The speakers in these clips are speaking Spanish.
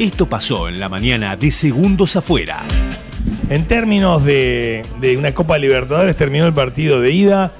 Esto pasó en la mañana de Segundos Afuera. En términos de, de una Copa Libertadores, terminó el partido de ida.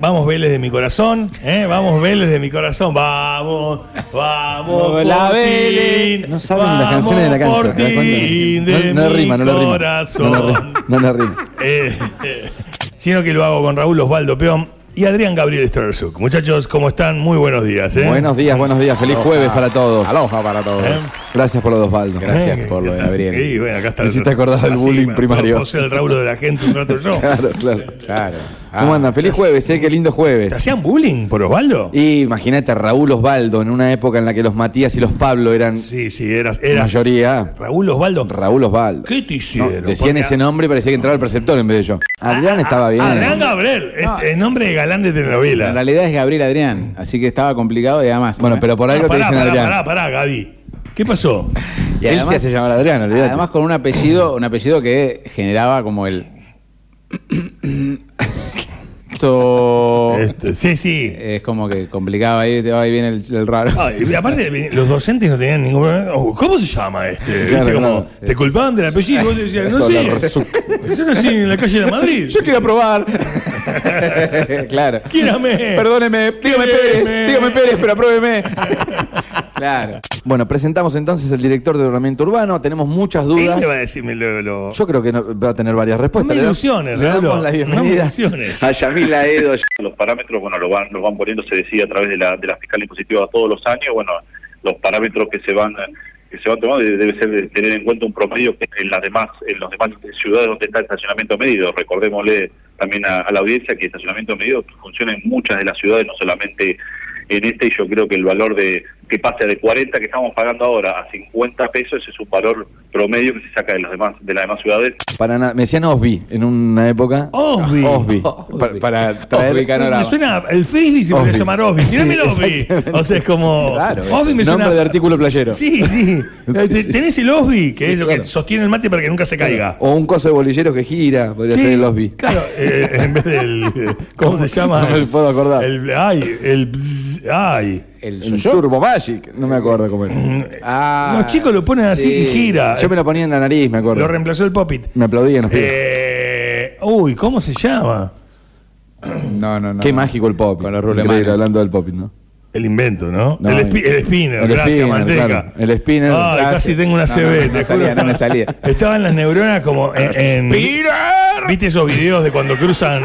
Vamos Vélez de mi corazón, ¿eh? vamos Vélez de mi corazón, vamos, vamos, La Fortín, Vélez. No saben las canciones de la vamos, cancha, ¿te das cuenta? Fortín No- de no mi rima, no le rima. corazón. No le rima, no le rima. Eh, eh, sino que lo hago con Raúl Osvaldo Peón y Adrián Gabriel Sterzuk. Muchachos, ¿cómo están? Muy buenos días. ¿eh? Buenos días, buenos días. Feliz jueves para todos. Aloha para todos. ¿Eh? Gracias por los Osvaldo. Gracias Eh, por lo de Gabriel. Sí, bueno, acá está Me el- hiciste acordar del así, bullying me primario. puedo ser el Raúl de la gente un rato yo. Claro, claro. Claro. ¿Cómo andan? Feliz jueves, eh, qué lindo ¿Te jueves. hacían bullying por Osvaldo? Y imagínate a Raúl Osvaldo en una época en la que los Matías y los Pablo eran Sí, sí, eras. eras mayoría Raúl Osvaldo. Raúl Osvaldo. ¿Qué te hicieron? No, decían Porque- Ah, ese nombre y parecía que entraba el preceptor en vez de yo. Adrián estaba bien. Adrián Gabriel, es- es nombre de galán de telenovela. En realidad es Gabriel Adrián, así que estaba complicado y además. Bueno, pero por Ah, algo te pará, dicen pará, Adrián. pará, pará, Gaby. ¿Qué pasó? Y Él además- se hace llamar Adrián, olvídate. Además con un apellido, un apellido que generaba como el Oh. esto Este, sí, sí. es como que complicaba ahí, te va ahí viene el, el raro. Ah, y aparte, los docentes no tenían ningún problema. Oh, ¿Cómo se llama este? ¿Viste? Claro, como, claro. Te culpaban del apellido y vos decías, no sé. Yo nací en la calle de Madrid. Yo quiero probar. claro. Quírame. Perdóneme, dígame Quíreme. Pérez, dígame Pérez, pero apruébeme. claro. Bueno, presentamos entonces el director de ordenamiento urbano. Tenemos muchas ¿Qué dudas. le va a decirme lo, lo- Yo creo que no- va a tener varias No respuestas. me Le damos- ilusiones, le damos Raúl. la No me bienvenida. ilusiones. A Yamil Aedo, ya los parámetros, bueno, los van, los van poniendo, se decide a través de la, de la fiscal impositiva todos los años, bueno, los parámetros que se van que se van tomando debe ser de tener en cuenta un promedio que en las demás en las demás ciudades donde está el estacionamiento medido. Recordémosle también a, a la audiencia que el estacionamiento medido funciona en muchas de las ciudades, no solamente en este, y yo creo que el valor de que pase de 40 que estamos pagando ahora a 50 pesos ese es un valor promedio que se saca de las demás de las demás ciudades Para nada, me decían Osby en una época. Osby. Osby. Osby. Pa- para traer Osby, Canora. Eh, Me suena, el frisbee se podría Obvi. llamar Obi. Tirame el Sí, Obi. O sea, es como. Claro, Obi me nombre suena. de artículo playero. Sí, sí. Eh, te- Tenés el Obi, que Sí, es lo claro. que sostiene el mate para que nunca se caiga. O un coso de bolillero que gira, podría Sí, ser el Osby. Claro, eh, en vez del. eh, ¿Cómo se llama? no me El- puedo acordar. El, ay, el. bzz, Ay. El El yo Turbo Magic, no me acuerdo cómo era. Ah, Los chicos lo ponen así y sí. gira. Yo me ah, lo ponía en la nariz, me Lo acuerdo. reemplazó el Popit. Me aplaudían. los pibes. Eh, uy, ¿cómo se llama? No, no, no. Qué mágico el pop. Con los rulos Increíble, manos. hablando del pop, ¿no? El invento, ¿no? No, el, espi- el- el spinner, el gracias, spinner, manteca. claro. El spinner, Ay, gracias. casi tengo una No, CB. no, no te me juro que salía, no me salía. Estaban las neuronas como en. en- ¿Viste esos videos de cuando cruzan?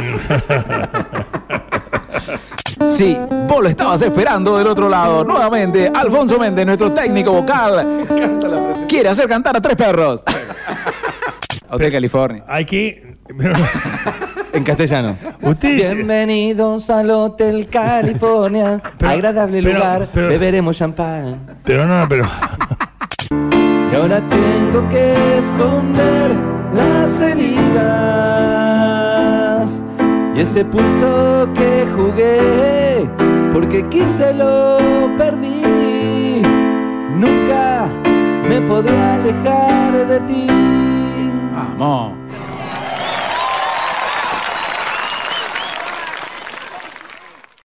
Sí, vos lo estabas esperando del otro lado. Nuevamente, Alfonso Méndez, nuestro técnico vocal, quiere hacer cantar a tres perros. A usted, California. Hay que. pero- En castellano. Ustedes. Bienvenidos al Hotel California. Pero- agradable pero- lugar. pero- beberemos champán. Pero no, no, pero. Y ahora tengo que esconder las heridas. Y ese pulso que jugué, porque quise lo perdí. Nunca me podré alejar de ti. Vamos.